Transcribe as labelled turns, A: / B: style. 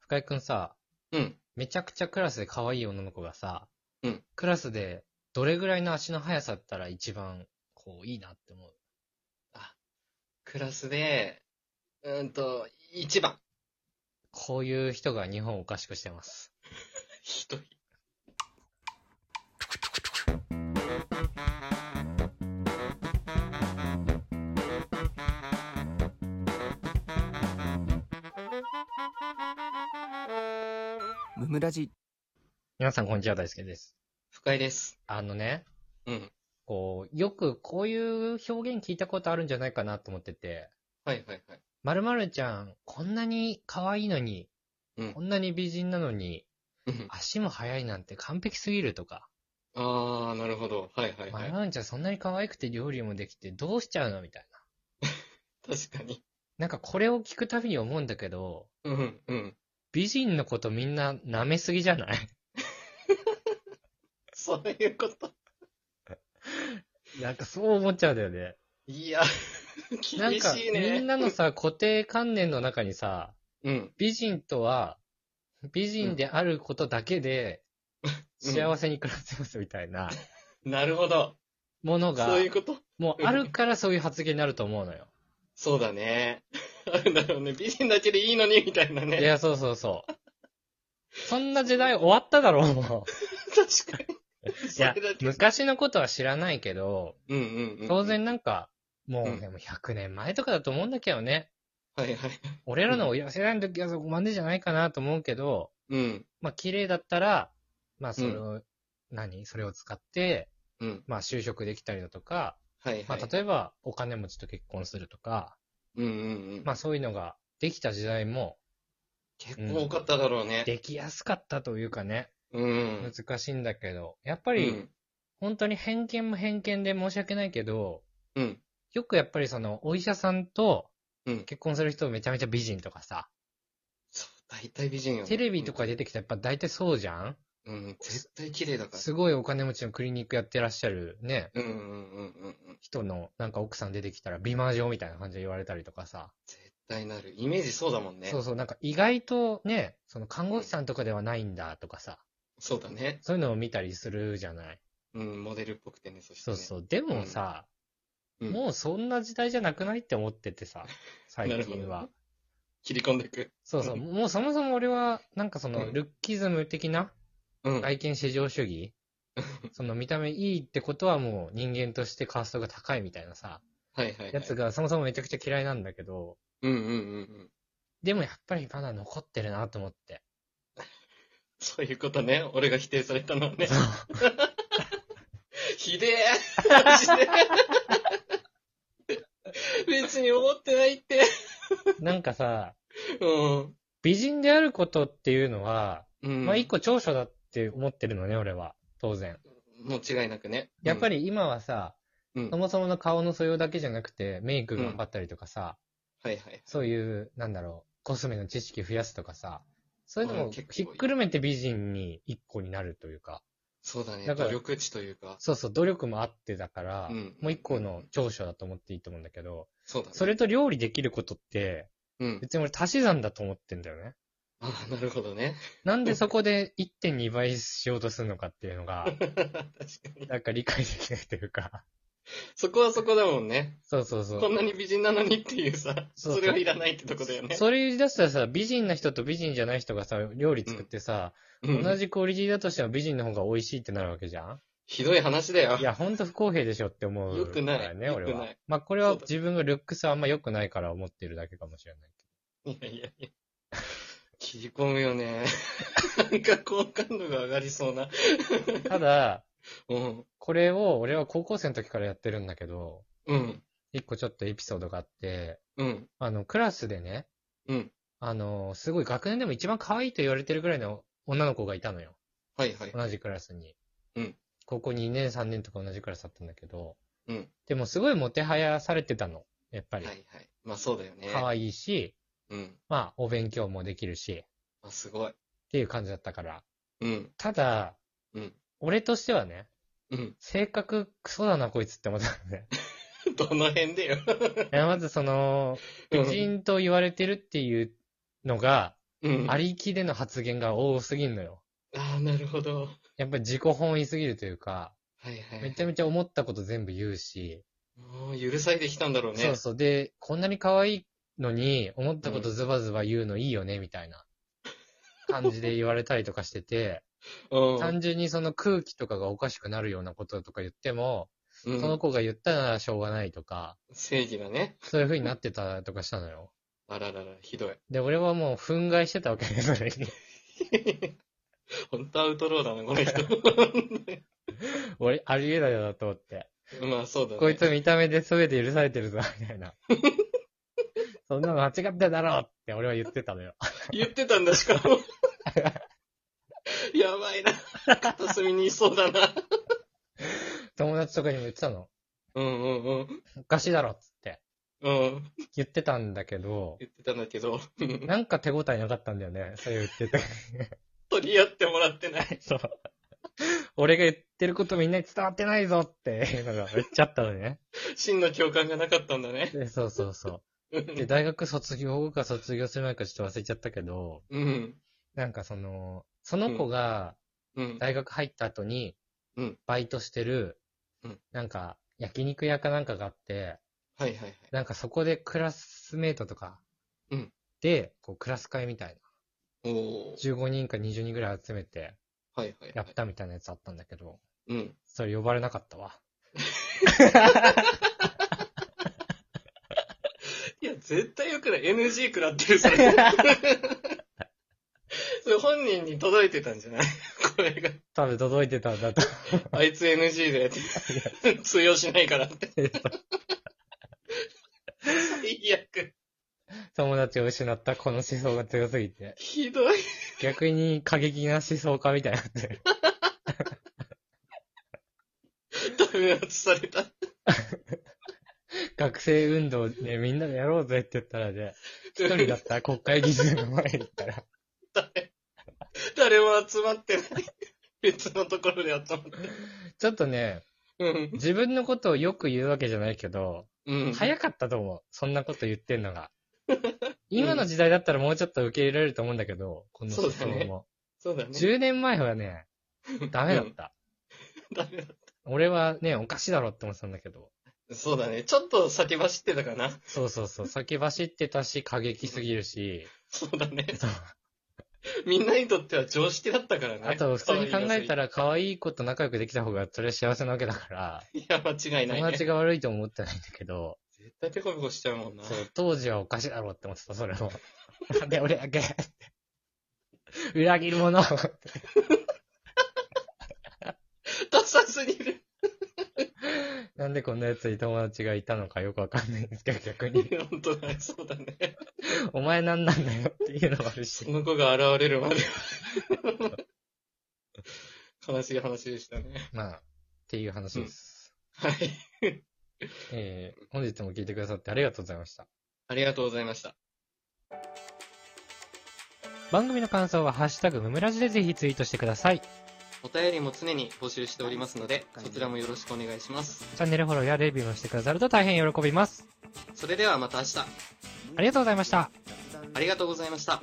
A: 深井くんさ、
B: うん。
A: めちゃくちゃクラスで可愛い女の子がさ、
B: うん
A: クラスでどれぐらいの足の速さだったら一番、こう、いいなって思う。
B: クラスで、うーんと、一番。
A: こういう人が日本をおかしくしてます。
B: ひどい。
C: ムムラジ
A: 皆さんこんにちは、大輔です。
B: 不快です。
A: あのね、
B: うん。
A: こう、よくこういう表現聞いたことあるんじゃないかなと思ってて、
B: はいはいはい。
A: まるまるちゃん、こんなに可愛いのに、
B: うん
A: こんなに美人なのに、
B: うん
A: 足も速いなんて完璧すぎるとか、
B: あー、なるほど。はいはい
A: ま
B: は
A: る
B: い。
A: まるちゃんそんなに可愛くて料理もできてどうしちゃうのみたいな。
B: 確かに。
A: なんかこれを聞くたびに思うんだけど、
B: うんうん。
A: 美人のことみんな舐めすぎじゃ ない
B: そういうこと。
A: なんかそう思っちゃうんだよね。
B: いや、
A: なん
B: 厳
A: か
B: しいね。
A: みんなのさ、固定観念の中にさ、
B: うん。
A: 美人とは、美人であることだけで、
B: うん
A: 幸せに暮らせますみたいな
B: なるほど。
A: ものが
B: そう、いうこと。
A: もうあるからそういう発言になると思うのよ。
B: そうだね。 あるんだろうね。美人だけでいいのに、みたいないね。
A: いや、そうそうそう。そんな時代終わっただろう、もう。
B: 確かに。
A: いや
B: それだ、け
A: 昔のことは知らないけど、
B: うんうんうん。
A: 当。然なんか、もう
B: うん
A: でも100年前とかだと思うんだけどね。
B: はいはい。
A: 俺らの親世代の時はそこまでじゃないかなと思うけど、
B: うん。
A: まあ綺麗だったら、まあそれを、何それを使って、
B: うん。
A: まあ就職できたりだとか、
B: はい
A: ま
B: は
A: あ
B: い。
A: 例えばお金持ちと結婚するとか、
B: うんうんうん。
A: まあそういうのができた時代も
B: 結構多かっただろうね。
A: できやすかったというかね、
B: うん。
A: 難しいんだけど、やっぱ
B: ぱ
A: り本当に偏見も偏見で申し訳ないけど、
B: うん。
A: よくやっぱりそのお医者さんと
B: うん
A: 結婚する人めちゃめちゃ美人とかさ、
B: そう、大体美人よ。
A: テレビとか出てきたらやっぱ大体そうじゃん
B: うん。うん、絶対綺麗だから。
A: すごいお金持ちのクリニックやってらっしゃるね、
B: うんうんうんうんうん。
A: 人のなんか奥さん出てきたら美魔女みたいな感じで言われたりとかさ、
B: 絶対なる。イメージそうだもんね。
A: そうそう、なんか意外とね、その看護師さんとかではないんだとかさ、
B: そうだね。
A: そういうのを見たりするじゃない。
B: うん、モデルっぽくてね、そして、
A: そう
B: ね。
A: そう。でもさ、
B: うん
A: もうそんな時代じゃなくないって思っててさ、最近
B: なるほど
A: は
B: ね。切り込んでいく。
A: そう そう。もうそもそも俺は、なんかその、
B: うん
A: ルッキズム的な
B: うん。
A: 外見至上主 義、その見た目いいってことはもう人間としてカーストが高いみたいなさ、
B: はいはい、はい。
A: やつ。がそもそもめちゃくちゃ嫌いなんだけど、
B: うんうんうんうん。
A: でもやっぱりまだ残ってるなと思って。
B: そういうことね。俺が否定されたのはね。 ひでえマジで 別に思ってないって。
A: なんかさ、
B: うん。
A: 美人であることっていうのは、
B: うん。
A: まあ一個長所だって思ってるのね、俺は。当然。
B: もう違いなくね。
A: やっぱ
B: り、
A: り今はさ、
B: うん。
A: そ
B: はい
A: もそもの顔の素養だけじゃなくて、メイク頑張ったりとかさ、
B: はいはい。
A: そういう、なんだろう、コスメの知識増やすとかさ、そういうのも
B: うん結構
A: ひっくるめて美人に一個になるというか、
B: そうだね。
A: だから
B: 努力値というか。
A: そうそう、努力もあってだから、
B: うん
A: もう一個の長所だと思っていいと思うんだけど、
B: そうだね。
A: それと料理できることって、
B: うん。
A: 別に俺足し算だと思ってんだよね。
B: ああ、なるほどね。
A: なんでそこで1.2倍しようとするのかっていうのが、
B: 確かに。
A: なんか理解できないというか、
B: そこはそこだもんね。
A: そうそうそう。
B: こんなに美人なのにっていうさ、
A: そうそう
B: それはいらないってとこだよね。
A: それ言い出したらさ、美人な人と美人じゃない人がさ、料理作ってさ、
B: うん
A: 同じクオリティだとしても美人の方が美味しいってなるわけじゃん
B: ひどい話だよ。
A: いや、ほんと不公平でしょって思う、
B: よくない
A: からね、
B: よく
A: 俺
B: な
A: は。
B: い
A: まあ、これは
B: そうだ
A: 自分がルックスあんま良くないから思ってるだけかもしれない
B: いやいやいや。切り込むよね。なんか好感度が上がりそうな。
A: けど。ただ、
B: うん。
A: これを俺は高校生の時からやってるんだけど、
B: うん。
A: 一個ちょっとエピソードがあって、
B: うん。
A: あの、クラスでね、
B: うん。
A: あの、すごい学年でも一番可愛いと言われてるぐらいの女の子がいたのよ。
B: はいはい。
A: 同じクラスに。
B: うん。
A: 高校2年3年とか同じクラスだったんだけど、
B: うん。
A: でもすごいもてはやされてたの。やっぱ
B: はい
A: り
B: は。い。まあそうだよね。
A: 可愛いし、
B: うん。
A: まあ、お勉強もできるし、
B: あ、すごい。
A: っていう感じだったから。
B: うん。
A: ただ、
B: うん。
A: 俺としてはね、
B: うん。
A: 性格クソだな、こいつって思ったの ね。
B: どの辺でよ。
A: いやまずその、
B: う
A: 美
B: ん。
A: 人と言われてるっていうのが、
B: うん。
A: ありきでの発言が多すぎんのよ。
B: ああ、なるほど。
A: やっぱり自己本位すぎるというか、
B: はいはい。
A: めちゃめちゃ思ったこと全部言うし、
B: もう許されてきたんだろうね。
A: そうそう。で、こんなに可愛いのに、思ったことズバズバ言うのいいよね、みたいな感じで言われたりとかしてて、
B: うん。
A: 単純にその空気とかがおかしくなるようなこととか言っても、
B: う
A: その
B: ん、
A: 子が言ったならしょうがないとか、
B: 正義だね。
A: そういう風になってたとかしたのよ。
B: あららら、ひどい。
A: で、俺はもう憤慨してたわけね、それに。
B: 本当アウトローだな、この人。
A: 俺、ありえないよなと思って。
B: まあそうだね。
A: こいつ見た目で全て許されてるぞ、みたいな。 そんなの間違ってだろうって俺は言ってたのよ。
B: 言ってたんだ、しかも。 やばいな。片隅にいそうだな。
A: 友達とかにも言ってたの。
B: うんうんうん。
A: おかしいだろっつって
B: うん。
A: 言ってたんだけど、
B: 言ってたんだけど、うん
A: なんか手応えなかったんだよね。それ言ってて。
B: 取り合ってもらってない。
A: そう。 俺が言ってることみんなに伝わってないぞっていうのがめっちゃあったのね。
B: 真の共感がなかったんだね。
A: でそうそうそうう。で、
B: ん
A: 大学卒業後か卒業する前かちょっと忘れちゃったけど、
B: うん。
A: なんかその、その子が
B: うん。
A: 大学入った後に
B: うん、
A: バイトしてる
B: うん、
A: なんか焼肉屋かなんかがあって、
B: はいはいはい。
A: なんかそこでクラスメートとか
B: うん、
A: で、こうクラス会みたい
B: お
A: な、
B: ー。
A: 15人か20人ぐらい集めて
B: はいはいは
A: や
B: い
A: っ。たみたいなやつあったんだけど、
B: うん。
A: それ呼ばれなかったわ。
B: いや、絶対よくない NG 食らってる、 それ。それ本人に届いてたんじゃない これが。
A: 多分届いてたん だと。
B: あいつ NG でって。通用しないからって。最悪。
A: 友達を失ったこの思想が強すぎて。
B: ひどい。
A: 逆に過激な思想家みたいになって。
B: ダメ出しされた。
A: 学生運動でみんなでやろうぜって言ったらで、一人だったら国会議事の前に行ったら、
B: 誰も集まってない。別のところで集まって。
A: ちょっとね、
B: うん。
A: 自分のことをよく言うわけじゃないけど、
B: うん。
A: 早かったと思う。そんなこと言ってんの が。今の時代だったらもうちょっと受け入れられると思うんだけど、この思想
B: そうだね
A: も。
B: そうだね。
A: 10年前はね、ダメだった。
B: ダメだ。
A: 俺はね、おかしいだろって思ってたんだけど。
B: そうだね。ちょっと先走ってたかな。
A: そうそうそう。先走ってたし、過激すぎるし。
B: そうだね。
A: そう
B: みんなにとっては常識だったからね。
A: あと、普通に考えた
B: ら。
A: ら、可愛い子と仲良くできた方が、それは幸せなわけだから、
B: いや、間違いない、ね。
A: 友達が悪いと思ってないんだけど、
B: 絶対ペコペコしちゃうもんな。
A: そう、当時はおかしいだろうって思ってた、それも。 なんで俺だけ、裏切るもの
B: ダサすぎる。
A: なんでこんな奴に友達がいたのかよくわかんないんですけど、逆 に。
B: 本当だ、そうだね。
A: お前なんなんだよっていうのもある
B: そ
A: し。
B: の子が現れるまで。悲しい話でしたね。
A: まあ、っていう話です。
B: はい。
A: えー、本日も聞いてくださってありがとうございました。
B: ありがとうございました。
A: 番組の感想は、ハッシュタグムムラジでぜひツイートしてください。
B: お便りも常に募集しておりますので、そちらもよろしくお願いします。
A: チャンネルフォローやレビューもしてくださると大変喜びます。
B: それではまた明日、
A: ありがとうございました。
C: あ
B: ありがとうございました。